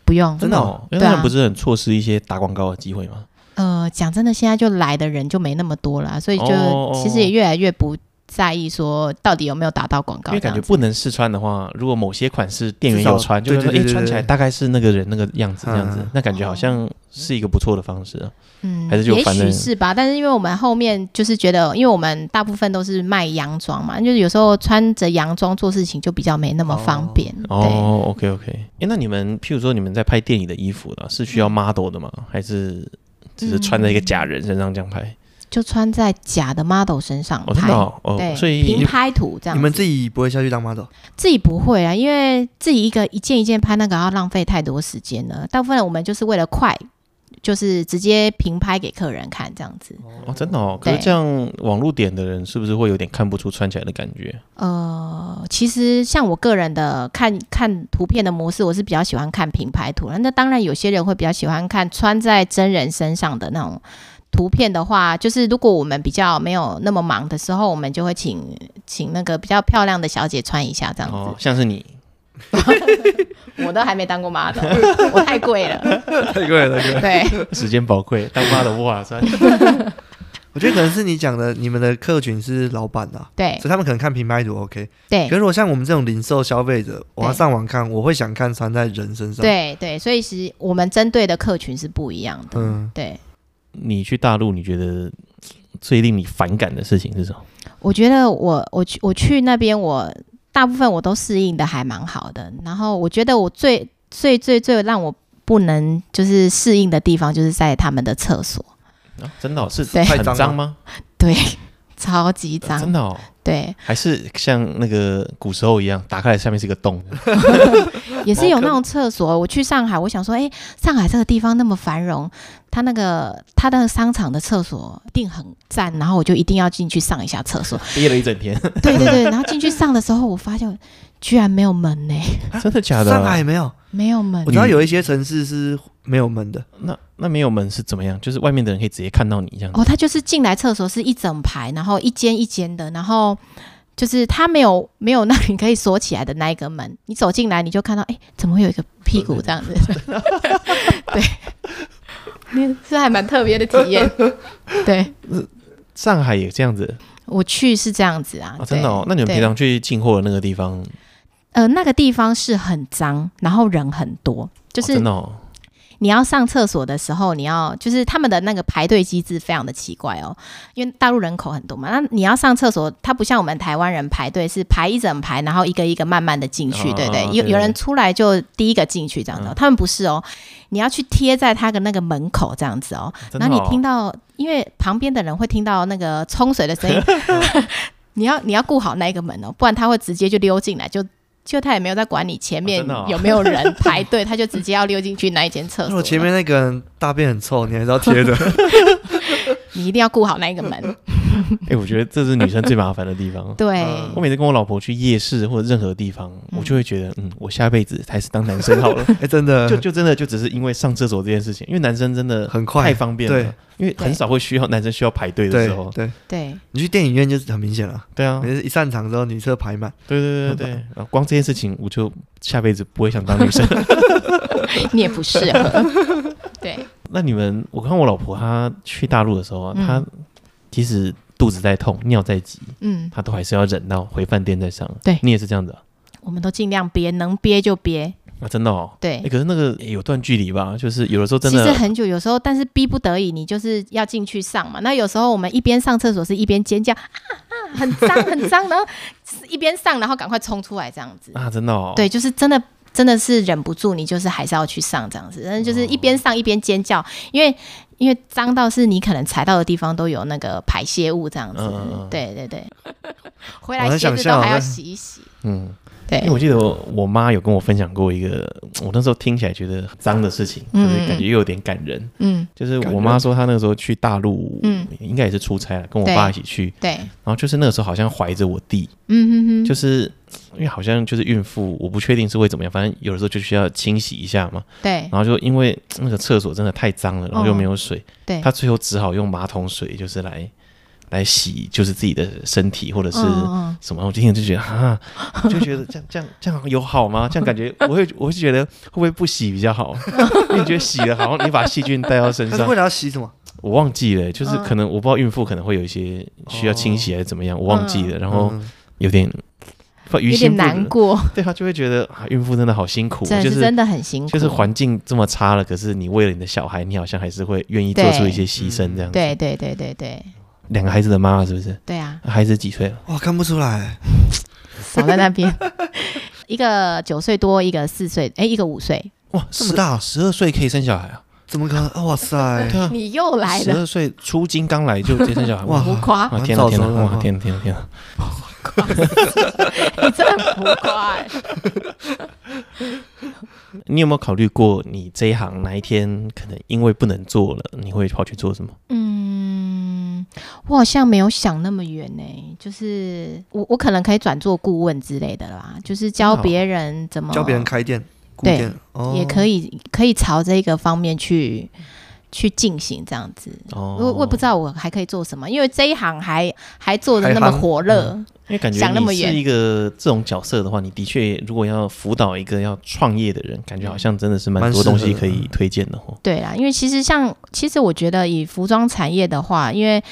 C: 不用，
A: 真的哦，因为
C: 对啊
A: 他们不是很错失一些打广告的机会吗？
C: 呃，讲真的，现在就来的人就没那么多了啊，所以
A: 哦
C: 就其实也越来越不在意说到底有没有打到广告
A: 因为
C: 这
A: 感觉
C: 样子。
A: 不能试穿的话，如果某些款式店员
B: 至少
A: 有穿，就
B: 对
A: 会说
B: 对
A: 哎
B: 对对
A: 穿起来
B: 对
A: 大概是那个人那个样子这样子
B: 嗯，
A: 那感觉好像是一个不错的方式啊。
C: 嗯，
A: 还是就
C: 也
A: 反正
C: 许是吧，但是因为我们后面就是觉得，因为我们大部分都是卖洋装嘛，就是有时候穿着洋装做事情就比较没那么方便。
A: 哦，OK OK，哎，诶那你们譬如说你们在拍电影的衣服呢，是需
C: 嗯
A: 要 model 的吗？还是只是穿在一个假人身上这样拍？
C: 对，就穿在假的 model 身上
A: 哦，真
C: 嗯拍，
A: 的哦，哦
C: 对，
A: 所以
C: 平拍图这样子。
B: 你们自己不会下去当哦 model，
C: 自己不会啊，因为自己一个一件一件拍那个要浪费太多时间了。大部分我们就是为了快，就是直接平拍给客人看这样子。
A: 哦，真的哦，可是
C: 对
A: 这样网络点的人是不是会有点看不出穿起来的感觉？
C: 呃，其实像我个人的看看图片的模式，我是比较喜欢看平拍图啦。那当然，有些人会比较喜欢看穿在真人身上的那种图片的话，就是如果我们比较没有那么忙的时候，我们就会请请那个比较漂亮的小姐穿一下这样子。
A: 哦，像是 你，
C: 我都还没当过 model，我 太贵了。
B: 太贵了，太贵了。
C: 对，
A: 时间宝贵，当 model 不划算。
B: 我觉得可能是你讲的，你们的客群是老板啊，
C: 对
B: 所以他们可能看平拍图 OK。
C: 对
B: 可是如果像我们这种零售消费者，我要
C: 对
B: 上网看，我会想看穿在人身上。，
C: 对对，所以其实我们针对的客群是不一样的。
B: 嗯，
C: 对，
A: 你去大陆，你觉得最令你反感的事情是什么？
C: 我觉得我我去我去那边，我大部分我都适应的还蛮好的。然后我觉得我最最最最让我不能就是适应的地方，就是在他们的厕所，
A: 啊、真的、哦、是
C: 对
A: 很
B: 太脏
A: 脏吗？
C: 对，超级
A: 呃
C: 脏
A: 真，的哦，
C: 对，
A: 还是像那个古时候一样，打开来下面是一个洞。
C: 也是有那种厕所。我去上海，我想说，哎，上海这个地方那么繁荣，它那个它的商场的厕所一定很赞，然后我就一定要进去上一下厕所。
A: 憋了一整 天，
C: 对对对，然后进去上的时候，我发现居然没有门呢、
A: 真的假的？啊
B: 上海没有，
C: 没有门
B: 我。知道有一些城市是没有门的，
A: 那那没有门是怎么样？就是外面的人可以直接看到你这样子。
C: 哦，他就是进来厕所是一整排，然后一间一间的，然后就是他没有没有让你可以锁起来的那一个门， 你走进来你就看到，哎，怎么会有一个屁股这样子？ 对，你是还蛮特别的体验。 对
A: 上海也这样子
C: 我去是这样子啊，
A: 啊，真的哦
C: 对。
A: 那你们
C: 对
A: 平常去进货的那个地方，哦
C: 呃那个地方是很脏，然后人很多，就
A: 哦
C: 是
A: 真的哦，
C: 你要上厕所的时候，你要就是他们的那个排队机制非常的奇怪哦，因为大陆人口很多嘛，那你要上厕所，它不像我们台湾人排队是排一整排，然后一个一个慢慢的进去，
A: 哦
C: 对不对
A: 哦？
C: 有
A: 对
C: 有人出来就第一个进去这样子哦、
A: 嗯
C: 他们不是哦，你要去贴在他的那个门口这样子哦，
A: 真的
C: 然后
A: 哦
C: 你听到，因为旁边的人会听到那个冲水的声音， 你要你要顾好那一个门哦，不然他会直接就溜进来，就就他也没有在管你前面
A: 真的哦
C: 有没有人排队，他就直接要溜进去那一间厕
B: 如
C: 所。
B: 果前面那个人大便很臭，你还是要 贴的。
C: 你一定要顾好那一 个门，
A: 哎、我觉得这是女生最麻烦的地 方。
C: 对，
B: 嗯
A: 我每次跟我老婆去夜市或者任何地方，
C: 嗯
A: 我就会觉得，嗯，我下辈子还是当男生 好了。
B: 哎，真的
A: 就就真的就只是因为上厕所这件事情，因为男生真 的
B: 很快
A: 太，方便了
B: 对，
A: 因为很少会需要男生需要排队的时候
B: 对。对，
C: 对，嗯
B: 你去电影院就是很明显了，
A: 对
C: 哦
A: 啊，
B: 每次一散场之后，女厕排满。
A: 对对对对对，然后光这件事情，我就下辈子不会想当女生。
C: 你也不适合， 对，
A: 那你们，我看我老婆她去大陆的时候啊，
C: 嗯
A: 她即使肚子在痛、尿在急，
C: 嗯，
A: 她都还是要忍到回饭店再上。
C: 对
A: 你也是这样子啊？
C: 我们都尽量憋，能憋就憋，
A: 啊，真的哦。
C: 对
A: 欸。可是那个欸有段距离吧，就是有的时候真
C: 其实
A: 的
C: 很久，有时候但是逼不得已，你就是要进去上嘛。那有时候我们一边上厕所是一边尖叫啊啊，很脏很脏，然后一边上，然后赶快冲出来这样子。
A: 啊，真的哦。
C: 对，就是真的真的是忍不住，你就是还是要去上这样子，但是就是一边上一边尖叫，因为因为脏到是你可能踩到的地方都有那个排泄物这样子。
A: 嗯嗯嗯
C: 对对对，回
B: 我
C: 来
B: 能
C: 鞋
B: 想
C: 子
B: 象
C: 都
B: 啊
C: 还要
B: 那
C: 洗一洗。
A: 嗯，
C: 对
A: 因为，我记得我我妈有跟我分享过一个，我那时候听起来觉得脏的事情，就是
C: 嗯嗯嗯
A: 感觉又有点感人。
C: 嗯，
A: 就是
B: 感
A: 我
B: 人
A: 妈说她那个时候去大陆，
C: 嗯
A: 应该也是出差了，跟我
C: 对
A: 爸一起去，
C: 对，
A: 然后就是那个时候好像怀着我弟，
C: 嗯哼哼，
A: 就是因为好像就是孕妇，我不确定是会怎么样，反正有的时候就需要清洗一下嘛。
C: 对
A: 然后就因为嘖那个厕所真的太脏了，然后又没有水，
C: 哦对，
A: 她最后只好用马桶水，就是来来洗，就是自己的身体或者是
C: 嗯嗯
A: 什么。我今天就觉得 啊，就觉得这样这样这样有好吗？这样感觉我会我会觉得会不会不洗比较好？ 因为你觉得洗了好像你把细菌带到身
B: 但是
A: 上
B: 为，了要洗什么？
A: 我忘记了，就是
C: 嗯
A: 可能我不知道孕妇可能会有一些需要清洗还是怎么
C: 哦
A: 样，我忘记了，然后
B: 嗯
A: 有点不于
C: 有
A: 心
C: 点
A: 不
C: 难
A: 忍，
C: 过，
A: 对他就会觉得啊，孕妇真的好辛苦，啊
C: 真
A: 就
C: 的是
A: 是
C: 真的很辛苦，
A: 就是环境这么差了，可是你为了你的小孩，你好像还是会愿意做出一些牺牲
B: 对
A: 这样子。
C: 对，对对对对
A: 两个孩子的妈妈是不是？
C: 对啊，
A: 孩子几岁了？
B: 哇，看不出来，
C: 少在那 边，一个九岁多，一个四岁，哎，一个五岁，
A: 哇，
B: 这么大
A: 十二岁可以生小孩啊？
B: 怎么可能？哦哇塞，
A: 对啊，
C: 你又来
A: 十
C: 了，
A: 二岁出京刚来就直接生小孩，
B: 哇
A: 哇！
C: 浮 夸，
A: 哇
B: 蛮
A: 天哪
B: 早
A: 天哪
B: 熟的
A: 哇
B: 哈
A: 天哪天哪天哪！
C: 你真的浮夸、哎
A: 你有没有考虑过你这一行哪一天可能因为不能做了，你会跑去做什么？
C: 嗯，我好像没有想那么远呢、就是我我可能可以转做顾问之类的啦，就是教
A: 真的哦
C: 别人怎么
B: 教别人开店、顾
C: 对
B: 店，哦
C: 也可以可以朝这个方面去去进行这样子。
A: 哦，
C: 我我也不知道我还可以做什么，因为这一行还还做的那么
B: 还行
C: 火热，
A: 因为感觉
C: 想那么
A: 你是
C: 远
A: 一个这种角色的话，你的确如果要辅导一个要创业的人，感觉好像真的是蛮
B: 蛮
A: 多
B: 适合
A: 东西
B: 的
A: 可以推荐的哦。
C: 对啦，因为其实像，其实我觉得以服装产业的话，因为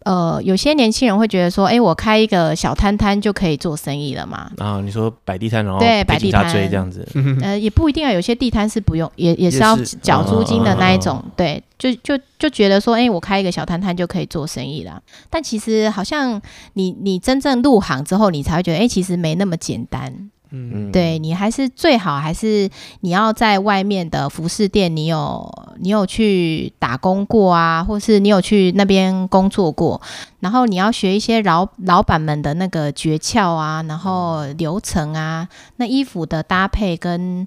C: 呃，有些年轻人会觉得说，哎，我开一个小摊摊就可以做生意了嘛。
A: 啊，你说摆地摊，然后被
C: 对摆
A: 警
C: 地
A: 察
C: 摊
A: 追这样子，
B: 嗯
C: 呃，也不一定啊，有些地摊是不用，也也是要
B: 也是
C: 缴租金的那一
A: 嗯
C: 种。对，就就就觉得说，哎，我开一个小摊摊就可以做生意啦。但其实好像你你真正入行之后，你才会觉得，哎，其实没那么简单。
B: 嗯，
A: 嗯，
C: 对你还是最好还是你要在外面的服饰店，你有你有去打工过啊，或是你有去那边工作过，然后你要学一些老老板们的那个诀窍啊，然后
A: 嗯
C: 流程啊，那衣服的搭配跟。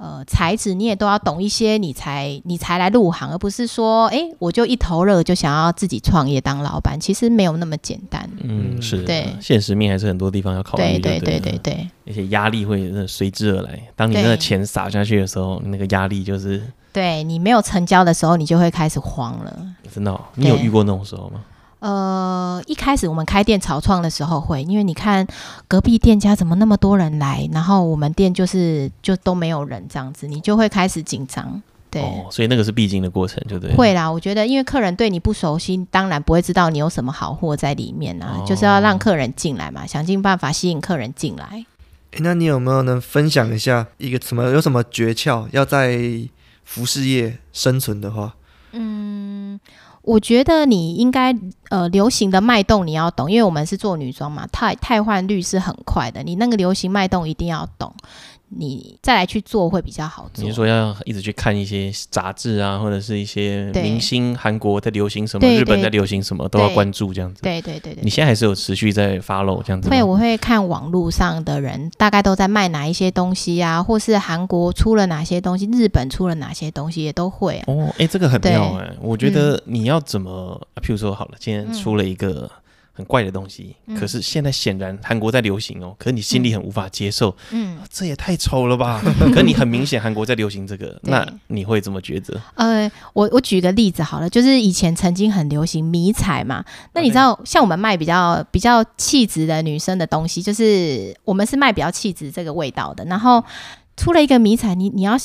C: 呃，材质你也都要懂一些，你才你才来入行，而不是说，哎、我就一头热就想要自己创业当老板，其实没有那么简单。
A: 嗯，是，
C: 对
A: 现实面还是很多地方要考虑就
C: 对
A: 对
C: 对对
A: 了
C: 对，对
A: 而且压力会真的随之而来。当你
C: 对
A: 那个钱撒下去的时候，那个压力就是
C: 对，你没有成交的时候，你就会开始慌了。
A: 真的哦。你有
C: 对
A: 遇过那种时候吗？
C: 呃，一开始我们开店草创的时候会，因为你看隔壁店家怎么那么多人来，然后我们店就是就都没有人这样子，你就会开始紧张。对，
A: 哦，所以那个是必经的过程，对不对？
C: 会啦。我觉得因为客人对你不熟悉，当然不会知道你有什么好货在里面啊，
A: 哦
C: 就是要让客人进来嘛，想尽办法吸引客人进来。
B: 诶那你有没有能分享一下一个什么有什么诀窍要在服饰业生存的话，
C: 嗯，我觉得你应该呃，流行的脉动你要懂，因为我们是做女装嘛，汰汰换率是很快的，你那个流行脉动一定要懂，你再来去做会比较好做
A: 你是。说要一直去看一些杂志啊，或者是一些
C: 对
A: 明星韩国在流行什么，
C: 对
A: 日本
C: 对
A: 在流行什么，都要
C: 对
A: 关注这样子。
C: 对对对对
A: 你现在还是有持续在 follow 这样子吗？
C: 会，我会看网络上的人大概都在卖哪一些东西啊，或是韩国出了哪些东西，日本出了哪些东西也都会、啊。
A: 哦，哎、这个很
C: 对
A: 妙哎、我觉得你要怎么，啊譬如说好了，今天
C: 嗯
A: 出了一个很怪的东西，
C: 嗯
A: 可是现在显然韩国在流行哦，可是你心里很无法接 受，
C: 嗯，
A: 这也太丑了 吧？可你很明显韩国在流行这个，那你会怎么抉择？
C: 呃，我我举个例子好了，就是以前曾经很流行迷彩嘛，那你知道像我们卖比较比较气质的女生的东西，就是我们是卖比较气质这个味道的，然后出了一个迷彩，你你要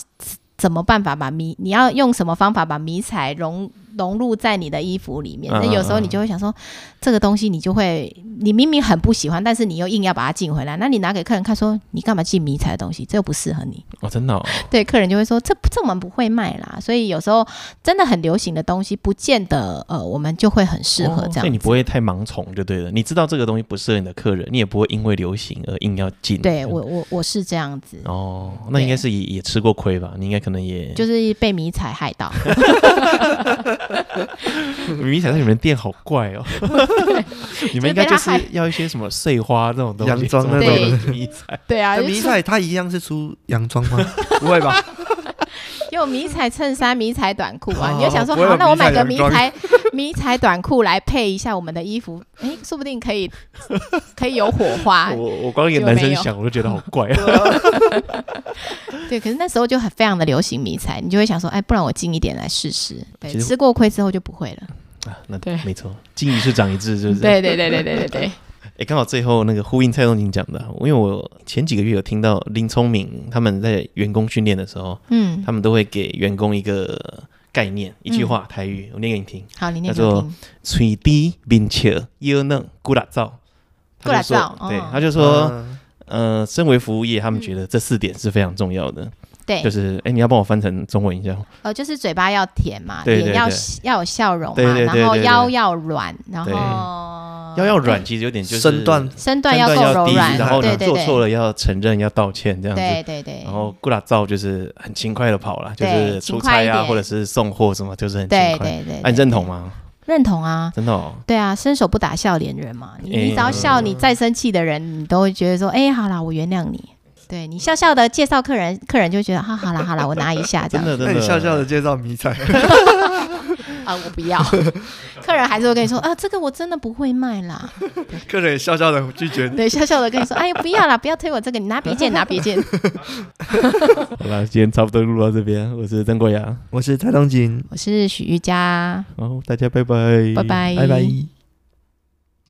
C: 怎么办法把迷，你要用什么方法把迷彩融融入在你的衣服里面？
A: 嗯
C: 那有时候你就会想说，这个东西你就会，你明明很不喜欢，但是你又硬要把它进回来，那你拿给客人看说，你干嘛进迷彩的东西？这又不适合你。
A: 哦，真的、哦，
C: 对，客人就会说这这我们不会卖啦，所以有时候真的很流行的东西，不见得呃我们就会很适合
A: 哦
C: 这样子。
A: 所以你不会太盲从就对了。你知道这个东西不适合你的客人，你也不会因为流行而硬要进。
C: 对我我我是这样子，
A: 哦，那应该是也也吃过亏吧？你应该可能也
C: 就是被迷彩害 到。
A: 明显在你们店好怪哦，你们应该就是要一些什么碎花那种东西，
B: 洋装
A: 那
B: 那
C: 种
A: 种迷彩。
C: 对啊，
B: 那
C: 就
B: 迷
C: 是
B: 彩它一样是出洋装 吗？不会吧？
C: 有迷彩衬衫、迷彩短裤啊，
B: 哦
C: 你就想说
B: 不会有
C: 好，那我买个
B: 迷
C: 迷
B: 彩
C: 彩 迷彩短裤来配一下我们的衣服，诶，说不定可以 可以有火花。
A: 我我光一个男生想，我就觉得好怪啊。
C: 对，可是那时候就很非常的流行迷彩，你就会想说，哎，不然我进一点来试试。对
A: 其，实
C: 吃过亏之后就不会了。
A: 啊那
C: 对
A: 没错，经一事长一智，是不是？
C: 对对对对对对对，
A: 哎，刚好最后那个呼应蔡东锦讲的啊，因为我前几个月有听到林聪明他们在员工训练的时候，
C: 嗯
A: 他，们都会给员工一个概念，一句
C: 嗯
A: 话台语，我念给你听：
C: 好，你念给
A: 叫
C: 我
A: 做
C: 听。
A: 嘴低面笑，腰嫩骨打造。他就说
C: 骨力造
A: 对
C: 哦，
A: 他就说，
B: 嗯
A: 呃，身为服务业，他们觉得这四点是非常重要的。
C: 对，
A: 就是，哎，你要帮我翻成中文一下吗。
C: 呃，就是嘴巴要甜嘛，
A: 对对
C: 脸要
A: 对
C: 要有笑容嘛，
A: 对对对
C: 然后
A: 对对
C: 腰要软，然
A: 对
C: 后
A: 要要软，其实有点就是
B: 身段
C: 身段
A: 身
C: 够
A: 段
C: 柔
A: 低，
C: 软，
A: 然后你
C: 对对
A: 做
C: 对，
A: 错了要承认、要道歉这样子。
C: 对对对，
A: 然后顾拉照就是很勤快的跑了，就
C: 对
A: 是出
C: 勤快
A: 差
C: 一
A: 啊，
C: 点
A: 或者是送货什么，就是很勤
C: 对
A: 快。啊
C: 对对，
A: 那你
C: 对
A: 认同？吗？
C: 对认同啊。
A: 真的哦，
C: 对啊，伸手不打笑脸人嘛，你
A: 哎
C: 你只要笑，你再生气的人，你都会觉得说，哎，好啦，我原谅你。对你笑笑的介绍客人，客人就觉得，哈，好啦好啦，我拿一下这
A: 真
C: 样
A: 的
C: 子
A: 真
B: 那
A: 的。
B: 你笑笑的介绍迷彩，
C: 啊，我不要。 客人还是会跟你说，啊，这个我真的不会卖啦。
B: 客人也笑笑的拒绝你。
C: 对，笑笑的跟你说，哎，不要啦，不要推我这个，你拿别件，拿别件。
A: 好了，今天差不多录到这边，我是曾国阳，
B: 我是蔡东锦，
C: 我是许瑜佳，
A: 然后大家拜拜，
C: 拜拜，
B: 拜拜。